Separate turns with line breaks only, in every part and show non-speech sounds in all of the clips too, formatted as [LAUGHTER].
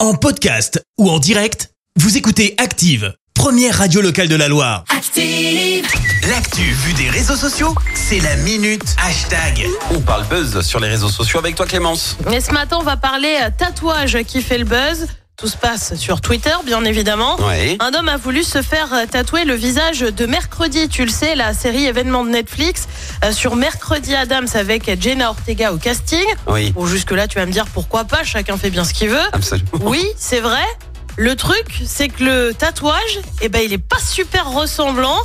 En podcast ou en direct, vous écoutez Active, première radio locale de la Loire.
Active.
L'actu vue des réseaux sociaux, c'est la minute hashtag. On parle buzz sur les réseaux sociaux avec toi Clémence.
Mais ce matin, on va parler euh, tatouage qui fait le buzz. Tout se passe sur Twitter, bien évidemment.
Ouais.
Un homme a voulu se faire euh, tatouer le visage de mercredi, tu le sais, la série événement de Netflix, euh, sur Mercredi Adams avec Jenna Ortega au casting.
Oui,
Bon, jusque-là, tu vas me dire pourquoi pas, chacun fait bien ce qu'il veut.
absolument.
Oui, c'est vrai. Le truc, c'est que le tatouage, eh ben, il est pas super ressemblant.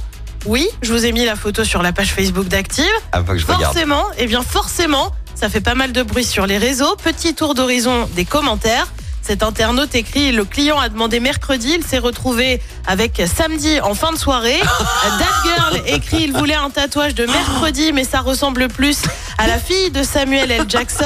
Oui, je vous ai mis la photo sur la page Facebook d'Active.
Avant que je regarde.
Forcément, et bien forcément, ça fait pas mal de bruit sur les réseaux. Petit tour d'horizon des commentaires. Cet internaute écrit Le client a demandé mercredi, il s'est retrouvé avec samedi en fin
[LAUGHS]
de soirée. That Girl écrit Il voulait un tatouage de mercredi, mais ça ressemble plus à la fille de Samuel L. Jackson.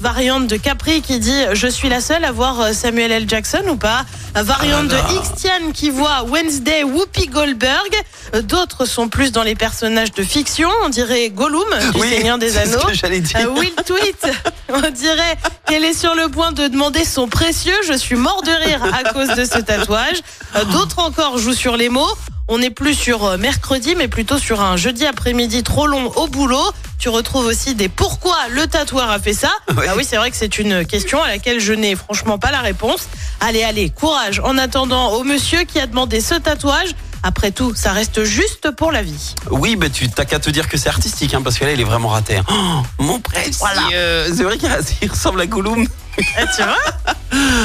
Variante de Capri qui dit Je suis la seule à voir euh, Samuel L. Jackson ou pas Variante
Ah
de Xtian qui voit Wednesday Whoopi Goldberg. Euh, D'autres sont plus dans les personnages de fiction, on dirait Gollum du Seigneur des
c'est ce
Anneaux.
que j'allais dire.
Euh, Will tweet, on dirait qu'elle est sur le point de demander son précieux. Je suis mort de rire à cause de ce tatouage. Euh, D'autres encore jouent sur les mots. On n'est plus sur euh, mercredi, mais plutôt sur un jeudi après-midi trop long au boulot. Tu retrouves aussi des pourquoi le tatoueur a fait [LAUGHS] ça.
Ouais.
Ah oui, c'est vrai que c'est une question à laquelle je n'ai franchement pas la réponse. Allez, allez, courage. En attendant, au monsieur qui a demandé ce tatouage, après tout, ça reste juste pour la vie.
Oui, mais tu t'as qu'à te dire que c'est artistique, hein, parce que là, il est vraiment raté. hein. Oh, mon précieux. C'est vrai qu'il a- il ressemble à Gollum.
Ah, tu vois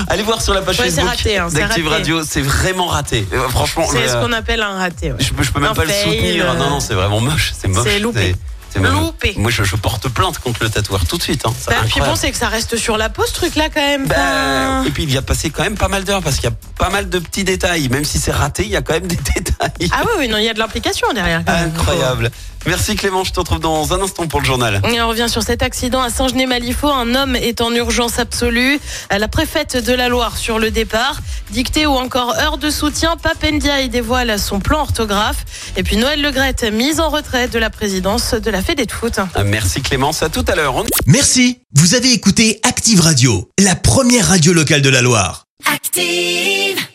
Allez voir sur la page
Ouais, c'est
Facebook
raté, hein, c'est
d'Active
raté.
Radio. C'est vraiment raté. Euh, Franchement,
C'est
le-
ce qu'on appelle un raté. ouais.
je, peux- je peux même
Un
pas le
fail,
soutenir.
euh,
Non, non, c'est vraiment moche. C'est moche.
c'est loupé.
c'est même-
Loupé.
Moi, je, je porte plainte contre le tatoueur tout de suite. Hein. C'est
Bah, puis
incroyable.
bon, c'est que ça reste sur la peau ce truc-là quand même.
Bah,
Enfin,
et puis il y a passé quand même pas mal d'heures parce qu'il y a pas mal de petits détails. Même si c'est raté, il y a quand même des [LAUGHS] détails.
Ah oui, oui, non, il y a de l'implication derrière. quand même.
Incroyable. Merci Clément, je te retrouve dans un instant pour le journal.
Et on revient sur cet accident à Saint-Genis-Malifaux. Un homme est en urgence absolue. Euh, La préfète de la Loire sur le départ. Dictée ou encore heure de soutien, Papendiaï dévoile son plan orthographe. Et puis Noël Legrette, mise en retrait de la présidence de la Fédé de foot.
Ah, Merci Clémence, à tout à l'heure. On-
Merci, vous avez écouté Active Radio, la première radio locale de la Loire.
Active.